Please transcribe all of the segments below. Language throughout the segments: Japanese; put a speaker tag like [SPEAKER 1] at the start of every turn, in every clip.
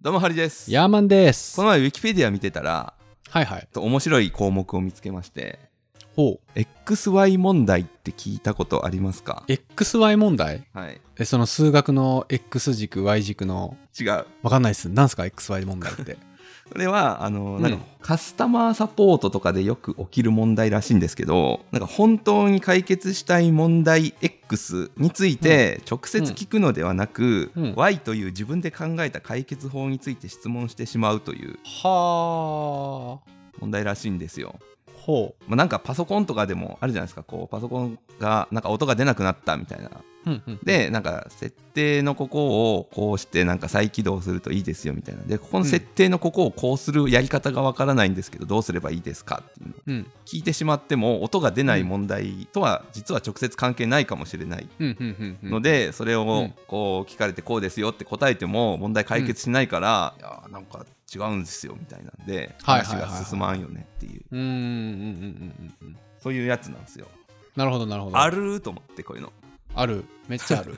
[SPEAKER 1] どうもハリです
[SPEAKER 2] ヤーマンです
[SPEAKER 1] この前ウィキペディア見てたら
[SPEAKER 2] はいはい
[SPEAKER 1] ちょっと面白い項目を見つけまして
[SPEAKER 2] ほう
[SPEAKER 1] XY 問題って聞いたことありますか
[SPEAKER 2] XY 問題
[SPEAKER 1] はい
[SPEAKER 2] えその数学の X 軸 Y 軸の
[SPEAKER 1] 違う
[SPEAKER 2] わかんないっすなんすか XY 問題って
[SPEAKER 1] それはあの、
[SPEAKER 2] うん
[SPEAKER 1] なんかカスタマーサポートとかでよく起きる問題らしいんですけどなんか本当に解決したい問題 X について直接聞くのではなく、
[SPEAKER 2] うん
[SPEAKER 1] Y という自分で考えた解決法について質問してしまうという
[SPEAKER 2] はあ
[SPEAKER 1] 問題らしいんですよ。
[SPEAKER 2] ほ
[SPEAKER 1] まあ、なんかパソコンとかでもあるじゃないですかこうパソコンがなんか音が出なくなったみたいな
[SPEAKER 2] う、うんうん、
[SPEAKER 1] でなんか設定のここをこうしてなんか再起動するといいですよみたいなでここの設定のここをこうするやり方がわからないんですけどどうすればいいですかっていうのを
[SPEAKER 2] うん
[SPEAKER 1] 聞いてしまっても音が出ない問題とは実は直接関係ないかもしれない
[SPEAKER 2] うんうんうん
[SPEAKER 1] のでそれ
[SPEAKER 2] う
[SPEAKER 1] を
[SPEAKER 2] ん
[SPEAKER 1] こう聞かれてこうですよって答えても問題解決しないからいやーなんか違うんですよみたいなんで
[SPEAKER 2] はい
[SPEAKER 1] 話
[SPEAKER 2] はいはいはい
[SPEAKER 1] が進まんよねっていう
[SPEAKER 2] うんうんうんうんうんうん
[SPEAKER 1] そういうやつなんですよ。
[SPEAKER 2] なるほどなるほど
[SPEAKER 1] あるーと思ってこういうの。
[SPEAKER 2] あるめっちゃあ る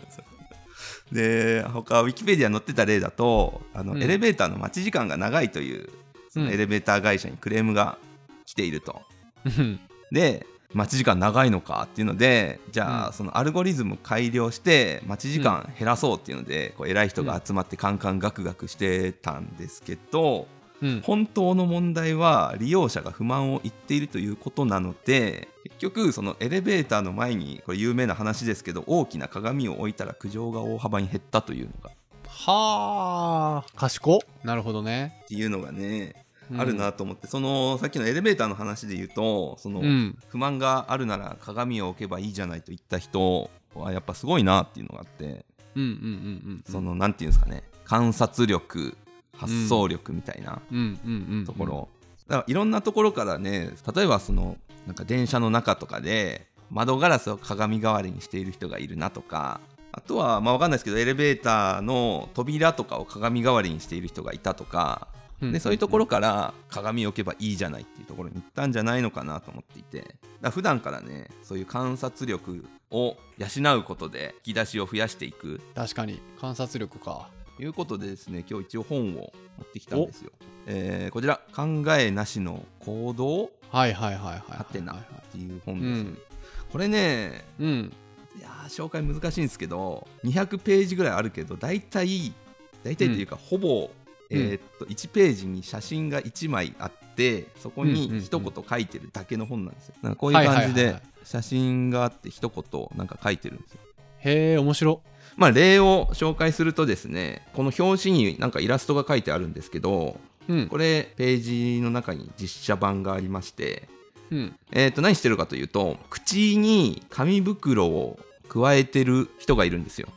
[SPEAKER 1] で他ウィキペディアに載ってた例だとあの、
[SPEAKER 2] うん
[SPEAKER 1] エレベーターの待ち時間が長いというその
[SPEAKER 2] うん
[SPEAKER 1] エレベーター会社にクレームが来ていると。
[SPEAKER 2] うん
[SPEAKER 1] で待ち時間長いのかっていうのでじゃあ、
[SPEAKER 2] うん
[SPEAKER 1] そのアルゴリズム改良して待ち時間減らそうっていうので、こう偉い人が集まってカンカンガクガクしてたんですけど、
[SPEAKER 2] うん
[SPEAKER 1] 本当の問題は利用者が不満を言っているということなので結局そのエレベーターの前にこれ有名な話ですけど大きな鏡を置いたら苦情が大幅に減ったというのが
[SPEAKER 2] はあ賢っなるほどね、
[SPEAKER 1] っていうのがね、
[SPEAKER 2] うん
[SPEAKER 1] あるなと思ってそのさっきのエレベーターの話で言うとその、
[SPEAKER 2] うん
[SPEAKER 1] 不満があるなら鏡を置けばいいじゃないと言った人はやっぱすごいなっていうのがあって
[SPEAKER 2] うんうんうんうん
[SPEAKER 1] その何て言うんですかね観察力発想力みたいな
[SPEAKER 2] うんうんうんうん
[SPEAKER 1] ところ、だからいろんなところからね例えばそのなんか電車の中とかで窓ガラスを鏡代わりにしている人がいるなとかあとはまあわかんないですけどエレベーターの扉とかを鏡代わりにしている人がいたとかでそういうところから鏡を置けばいいじゃないっていうところに行ったんじゃないのかなと思っていてだから普段からねそういう観察力を養うことで引き出しを増やしていく
[SPEAKER 2] 確かに観察力か
[SPEAKER 1] ということでですね今日一応本を持ってきたんですよ、えーこちら「考えなしの行動
[SPEAKER 2] はいはいはいはいはい
[SPEAKER 1] はてな」っていう本
[SPEAKER 2] う
[SPEAKER 1] です、
[SPEAKER 2] ん
[SPEAKER 1] これね
[SPEAKER 2] うん
[SPEAKER 1] いやー紹介難しいんですけど200ページぐらいあるけど大体大体というか、ほぼ、えーっと1ページに写真が1枚あってそこ
[SPEAKER 2] うんうんう
[SPEAKER 1] に
[SPEAKER 2] ん
[SPEAKER 1] 一言書いてるだけの本なんですよ。なんかこういう感じ
[SPEAKER 2] はいはいはい
[SPEAKER 1] で
[SPEAKER 2] はい
[SPEAKER 1] 写真があって一言なんか書いてるんですよ。
[SPEAKER 2] へえ面白
[SPEAKER 1] まあ例を紹介するとですねこの表紙になんかイラストが書いてあるんですけど
[SPEAKER 2] うん
[SPEAKER 1] これページの中に実写版がありまして
[SPEAKER 2] うん
[SPEAKER 1] えー、と何してるかというと口に紙袋を加えてる人がいるんですよ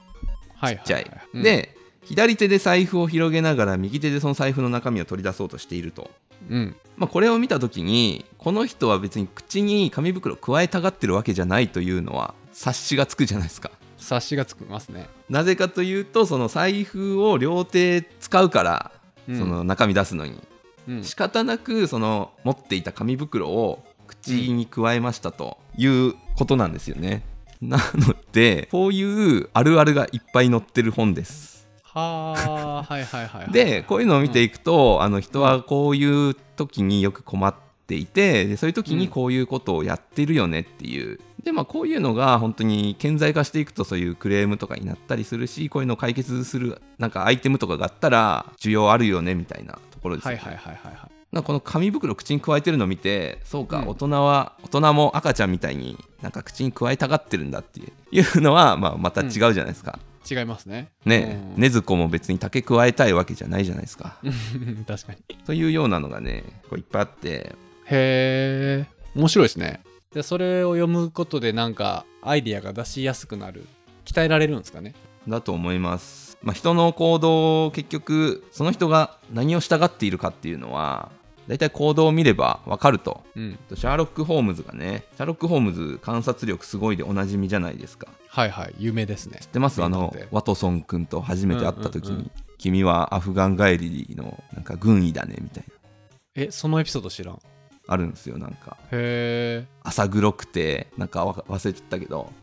[SPEAKER 2] はい
[SPEAKER 1] ちっちゃい、
[SPEAKER 2] うん、
[SPEAKER 1] で左手で財布を広げながら右手でその財布の中身を取り出そうとしていると、
[SPEAKER 2] うん
[SPEAKER 1] まあ、これを見た時にこの人は別に口に紙袋を加えたがってるわけじゃないというのは察しがつくじゃないですか
[SPEAKER 2] 察しがつきますね
[SPEAKER 1] なぜかというとその財布を両手使うから、
[SPEAKER 2] うん
[SPEAKER 1] その中身出すのに
[SPEAKER 2] うん
[SPEAKER 1] 仕方なくその持っていた紙袋を口に加えましたということなんですよね。なのでこういうあるあるがいっぱい載ってる本です。
[SPEAKER 2] はあはいはいはいはい
[SPEAKER 1] でこういうのを見ていくと、あの人はこういう時によく困っていてでそういう時にこういうことをやってるよねっていう。でまあ、こういうのが本当に顕在化していくとそういうクレームとかになったりするしこういうのを解決するなんかアイテムとかがあったら需要あるよねみたいなところですよ
[SPEAKER 2] はい
[SPEAKER 1] ね。
[SPEAKER 2] はいはいはいはい
[SPEAKER 1] なんかこの紙袋を口に加えてるのを見てそうか、
[SPEAKER 2] うん
[SPEAKER 1] 大人は大人も赤ちゃんみたいになんか口に加えたがってるんだっていう いうのは、まあ、また違うじゃないですか、
[SPEAKER 2] 違いますね
[SPEAKER 1] ねえ
[SPEAKER 2] うん
[SPEAKER 1] 禰豆子も別に竹加えたいわけじゃないじゃないですか、
[SPEAKER 2] うん 確かに
[SPEAKER 1] というようなのがねこういっぱいあって
[SPEAKER 2] へえ面白いですねでそれを読むことでなんかアイディアが出しやすくなる鍛えられるんですかね
[SPEAKER 1] だと思います、まあ、人の行動を結局その人が何をしたがっているかっていうのは大体行動を見ればわかると
[SPEAKER 2] うん
[SPEAKER 1] シャーロック・ホームズがねシャーロック・ホームズ観察力すごいでおなじみじゃないですか
[SPEAKER 2] はいはい有名ですね
[SPEAKER 1] 知ってますあの
[SPEAKER 2] 見たこと
[SPEAKER 1] ワトソン君と初めて会った時に、
[SPEAKER 2] うんうんうん
[SPEAKER 1] 君はアフガン帰りのなんか軍医だねみたいな
[SPEAKER 2] えそのエピソード知らんへ
[SPEAKER 1] あるんですよなんか
[SPEAKER 2] え、
[SPEAKER 1] 朝黒くてなんかわ忘れちゃったけど、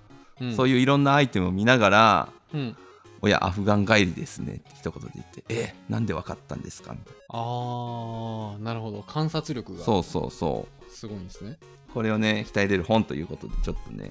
[SPEAKER 2] うん、
[SPEAKER 1] そういういろんなアイテムを見ながら
[SPEAKER 2] うん
[SPEAKER 1] 親アフガン帰りですねって一言で言ってえなんで分かったんですかみたい
[SPEAKER 2] あーなるほど観察力
[SPEAKER 1] な
[SPEAKER 2] が
[SPEAKER 1] そうそうそう
[SPEAKER 2] すごいんですね
[SPEAKER 1] これをね鍛えれる本ということでちょっとね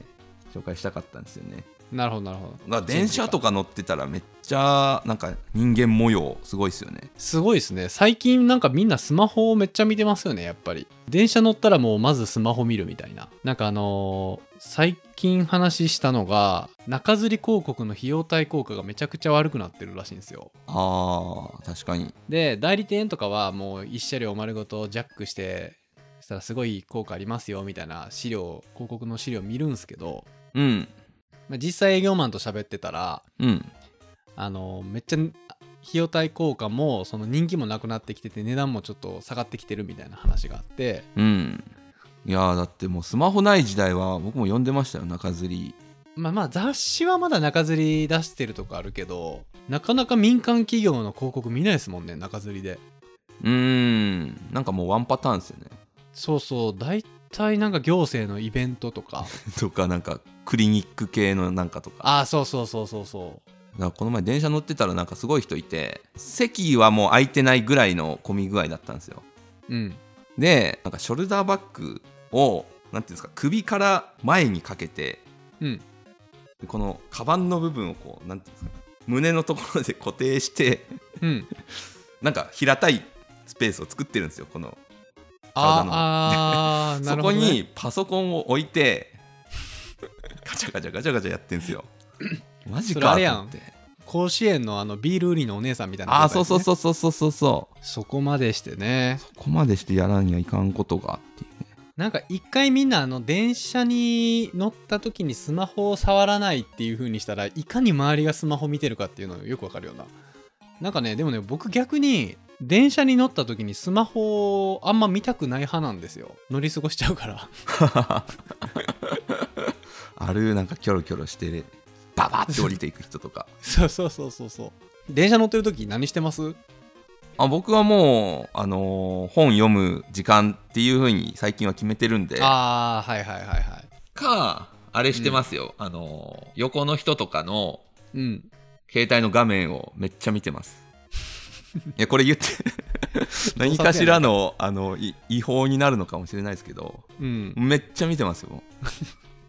[SPEAKER 1] 紹介したかったんですよね
[SPEAKER 2] なるほどなるほど
[SPEAKER 1] だから電車とか乗ってたらめっちゃなんか人間模様すごいですよね
[SPEAKER 2] すごいですね最近なんかみんなスマホをめっちゃ見てますよねやっぱり電車乗ったらもうまずスマホ見るみたいななんかあのー最近話したのが中吊り広告の費用対効果がめちゃくちゃ悪くなってるらしいんですよ
[SPEAKER 1] あー確かに
[SPEAKER 2] で代理店とかはもう一車両丸ごとジャックしてしたらすごい効果ありますよみたいな資料広告の資料見るんすけど、
[SPEAKER 1] うん
[SPEAKER 2] まあ、実際営業マンと喋ってたら
[SPEAKER 1] うん
[SPEAKER 2] あのめっちゃ費用対効果もその人気もなくなってきてて値段もちょっと下がってきてるみたいな話があって
[SPEAKER 1] うんいやーだってもうスマホない時代は僕も読んでましたよ中吊り
[SPEAKER 2] まあまあ雑誌はまだ中吊り出してるとこあるけどなかなか民間企業の広告見ないですもんね中吊りで
[SPEAKER 1] うーんなんかもうワンパターンですよね
[SPEAKER 2] そうそう大体なんか行政のイベント とか
[SPEAKER 1] とかなんかクリニック系のなんかとか
[SPEAKER 2] ああそうそうそうそうそ
[SPEAKER 1] なんかこの前電車乗ってたらなんかすごい人いて席はもう空いてないぐらいの混み具合だったんですよ
[SPEAKER 2] ううん
[SPEAKER 1] でなんかショルダーバッグをなんていうんですか首から前にかけて
[SPEAKER 2] うん
[SPEAKER 1] でこのカバンの部分をこうなんていうんですか胸のところで固定して
[SPEAKER 2] うん
[SPEAKER 1] なんか平たいスペースを作ってるんですよこの体の
[SPEAKER 2] あーあ ーな
[SPEAKER 1] そ
[SPEAKER 2] る
[SPEAKER 1] こ
[SPEAKER 2] ほど、ね、
[SPEAKER 1] にパソコンを置い てガチャガチャガチャガチャやってんですよマジ
[SPEAKER 2] それあ
[SPEAKER 1] か
[SPEAKER 2] れ
[SPEAKER 1] と
[SPEAKER 2] やん
[SPEAKER 1] 思って
[SPEAKER 2] 甲子園のあのビール売りのお姉さんみたいな
[SPEAKER 1] ああー
[SPEAKER 2] 状態
[SPEAKER 1] そう
[SPEAKER 2] です
[SPEAKER 1] そうそ
[SPEAKER 2] ね、
[SPEAKER 1] うそうそうそうそう
[SPEAKER 2] そこまでしてね
[SPEAKER 1] ここまでしてやらんにはいかんことがっていうね
[SPEAKER 2] なんか一回みんなあの電車に乗った時にスマホを触らないっていう風にしたらいかに周りがスマホ見てるかっていうのよくわかるようななんかねでもね僕逆に電車に乗った時にスマホをあんま見たくない派なんですよ乗り過ごしちゃうから
[SPEAKER 1] あるなんかキョロキョロしてババって降りていく人とか
[SPEAKER 2] そうそうそうそうそう電車乗ってる時何してます
[SPEAKER 1] あ僕はもう、あのー本読む時間っていう風に最近は決めてるんで
[SPEAKER 2] ああはいはいはいはい
[SPEAKER 1] かあれしてますよ、あのー横の人とかの
[SPEAKER 2] うん
[SPEAKER 1] 携帯の画面をめっちゃ見て ます。いやこれ言って 何かしらのあのい違法になるのかもしれないですけど
[SPEAKER 2] うん
[SPEAKER 1] めっちゃ見てますよ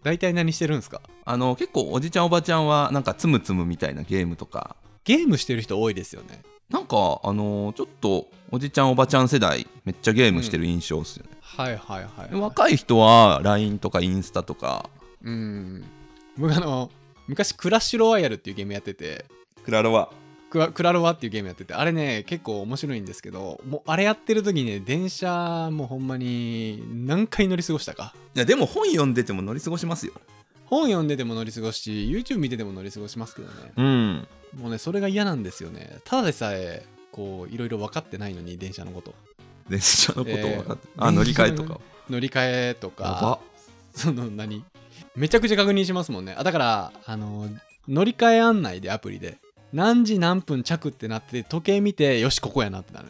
[SPEAKER 2] 大体何してるんですか
[SPEAKER 1] あの結構おじちゃんおばちゃんはなんかつむつむみたいなゲームとか
[SPEAKER 2] ゲームしてる人多いですよね
[SPEAKER 1] なんかあのちょっとおじちゃんおばちゃん世代めっちゃゲームしてる印象っすよね、
[SPEAKER 2] はいはいはい、
[SPEAKER 1] で若い人は LINE とかインスタとか
[SPEAKER 2] うん僕あの昔クラッシュロワイヤルっていうゲームやってて
[SPEAKER 1] クラロワ
[SPEAKER 2] クラクラロワっていうゲームやっててあれね結構面白いんですけどもうあれやってる時ね電車もうほんまに何回乗り過ごしたか
[SPEAKER 1] いやでも本読んでても乗り過ごしますよ
[SPEAKER 2] 本読んでても乗り過ごすし YouTube 見てても乗り過ごしますけどね
[SPEAKER 1] うん
[SPEAKER 2] もうねそれが嫌なんですよねただでさえこういろいろ分かってないのに電車のこと
[SPEAKER 1] 電車のことを分かって、
[SPEAKER 2] えー
[SPEAKER 1] あ乗り換えとか
[SPEAKER 2] 乗り換えと
[SPEAKER 1] やば
[SPEAKER 2] かその何めちゃくちゃ確認しますもんねあだからあの乗り換え案内でアプリで何時何分着ってなって時計見てよしここやなってなる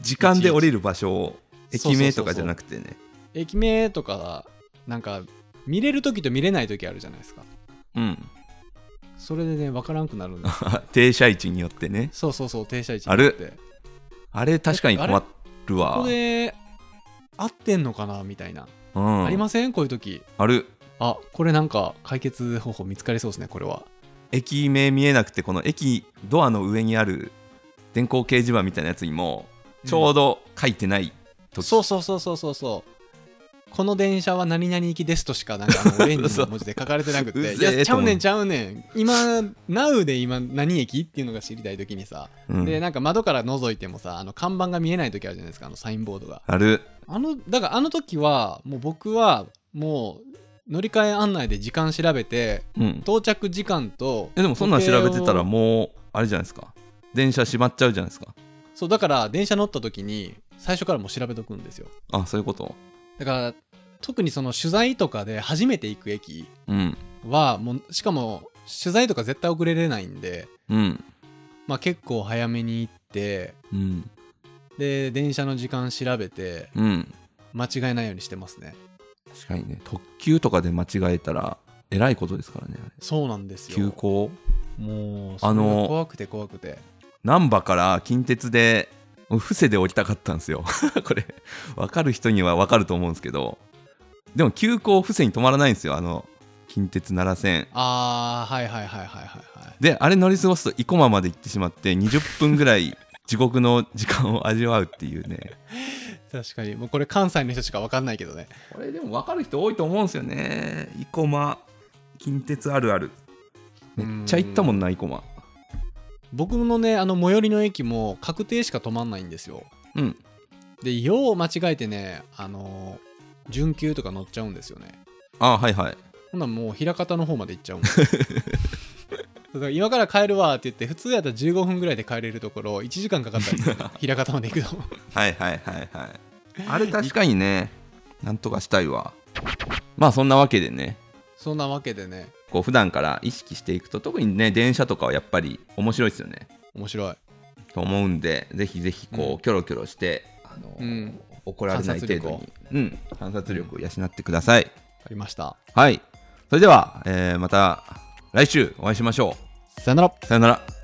[SPEAKER 1] 時間で降りる場所を
[SPEAKER 2] いちいち
[SPEAKER 1] 駅名とかじゃなくてね
[SPEAKER 2] 駅名とかなんか見れる時と見れない時あるじゃないですか
[SPEAKER 1] うん
[SPEAKER 2] それでね分からんくなるんです
[SPEAKER 1] 停車位置によってね
[SPEAKER 2] そうそうそう停車位置
[SPEAKER 1] ある
[SPEAKER 2] によって
[SPEAKER 1] あれ確かに困るわ
[SPEAKER 2] ここで合ってんのかなみたいな、
[SPEAKER 1] うん、
[SPEAKER 2] ありませんこういう時
[SPEAKER 1] ある
[SPEAKER 2] あこれなんか解決方法見つかりそうですねこれは
[SPEAKER 1] 駅名見えなくてこの駅ドアの上にある電光掲示板みたいなやつにもちょうど書いてない時、
[SPEAKER 2] そうそうそうそうそうそうこの電車は何々行きですとしかなんかあのオレンジの文字で書かれてなく
[SPEAKER 1] う
[SPEAKER 2] て「
[SPEAKER 1] ぜ
[SPEAKER 2] い
[SPEAKER 1] ー
[SPEAKER 2] やちゃうねんち
[SPEAKER 1] と
[SPEAKER 2] ゃうねん今 NOW で今何駅?」っていうのが知りたい時にさ、
[SPEAKER 1] うん
[SPEAKER 2] でなんか窓から覗いてもさあの看板が見えない時あるじゃないですかあのサインボードが
[SPEAKER 1] ある
[SPEAKER 2] あのだからあの時はもう僕はもう乗り換え案内で時間調べて
[SPEAKER 1] うん
[SPEAKER 2] 到着時間と
[SPEAKER 1] えでもそんなん調べてたら
[SPEAKER 2] 時計を
[SPEAKER 1] もうあれじゃないですか電車閉まっちゃうじゃないですか
[SPEAKER 2] そうだから電車乗った時に最初からもう調べとくんですよ
[SPEAKER 1] あそういうこと
[SPEAKER 2] だから特にその取材とかで初めて行く駅
[SPEAKER 1] うん
[SPEAKER 2] はもうしかも取材とか絶対遅れれないんで、
[SPEAKER 1] うん
[SPEAKER 2] まあ、結構早めに行って
[SPEAKER 1] うん
[SPEAKER 2] で電車の時間調べて
[SPEAKER 1] うん
[SPEAKER 2] 間違えないようにしてますね
[SPEAKER 1] 確かにね特急とかで間違えたらえらいことですからねあれ
[SPEAKER 2] そうなんですよ
[SPEAKER 1] 急行
[SPEAKER 2] もう
[SPEAKER 1] あ
[SPEAKER 2] あ
[SPEAKER 1] の
[SPEAKER 2] の怖くて怖くて
[SPEAKER 1] 難波から近鉄で伏せで降りたかったんですよ これ分かる人には分かると思うんですけどでも急行伏せに止まらないんですよあの近鉄奈良線
[SPEAKER 2] ああはいはいはいはいはいはい
[SPEAKER 1] であれ乗り過ごすと生駒まで行ってしまって20分ぐら い地獄の時間を味わうっていうね
[SPEAKER 2] 確かにもうこれ関西の人しか分かんないけどね
[SPEAKER 1] これでも分かる人多いと思うんですよね生駒近鉄あるあるめっちゃ行ったもんな生駒
[SPEAKER 2] 僕のねあの最寄りの駅も確定しか止まんないんですよ
[SPEAKER 1] うん
[SPEAKER 2] でよう間違えてねあの準急とか乗っちゃうんですよね
[SPEAKER 1] あはいはい
[SPEAKER 2] ほんならもう枚方の方まで行っちゃうんですよだから今から帰るわって言って普通やったら15分ぐらいで帰れるところ1時間かかったりする枚方まで行くと
[SPEAKER 1] はいはいはいはいあれ確かにねなんとかしたいわまあそんなわけでね
[SPEAKER 2] そんなわけでね
[SPEAKER 1] こう普段から意識していくと特にね電車とかはやっぱり面白いですよね
[SPEAKER 2] 面白い
[SPEAKER 1] と思うんでぜひぜひこう、
[SPEAKER 2] うん
[SPEAKER 1] キョロキョロしてあの、
[SPEAKER 2] うん
[SPEAKER 1] 怒られない程度
[SPEAKER 2] 観察
[SPEAKER 1] にうん観察力を養ってください、
[SPEAKER 2] ありました
[SPEAKER 1] はいそれでは、えーまた来週お会いしましょ
[SPEAKER 2] さよなら
[SPEAKER 1] うさよなら